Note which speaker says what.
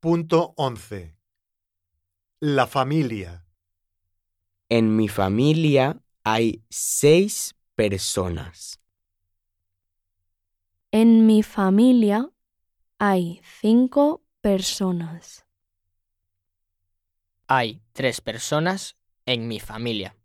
Speaker 1: 3.11 La familia.
Speaker 2: En mi familia hay seis personas.
Speaker 3: En mi familia hay cinco personas.
Speaker 4: Hay tres personas en mi familia.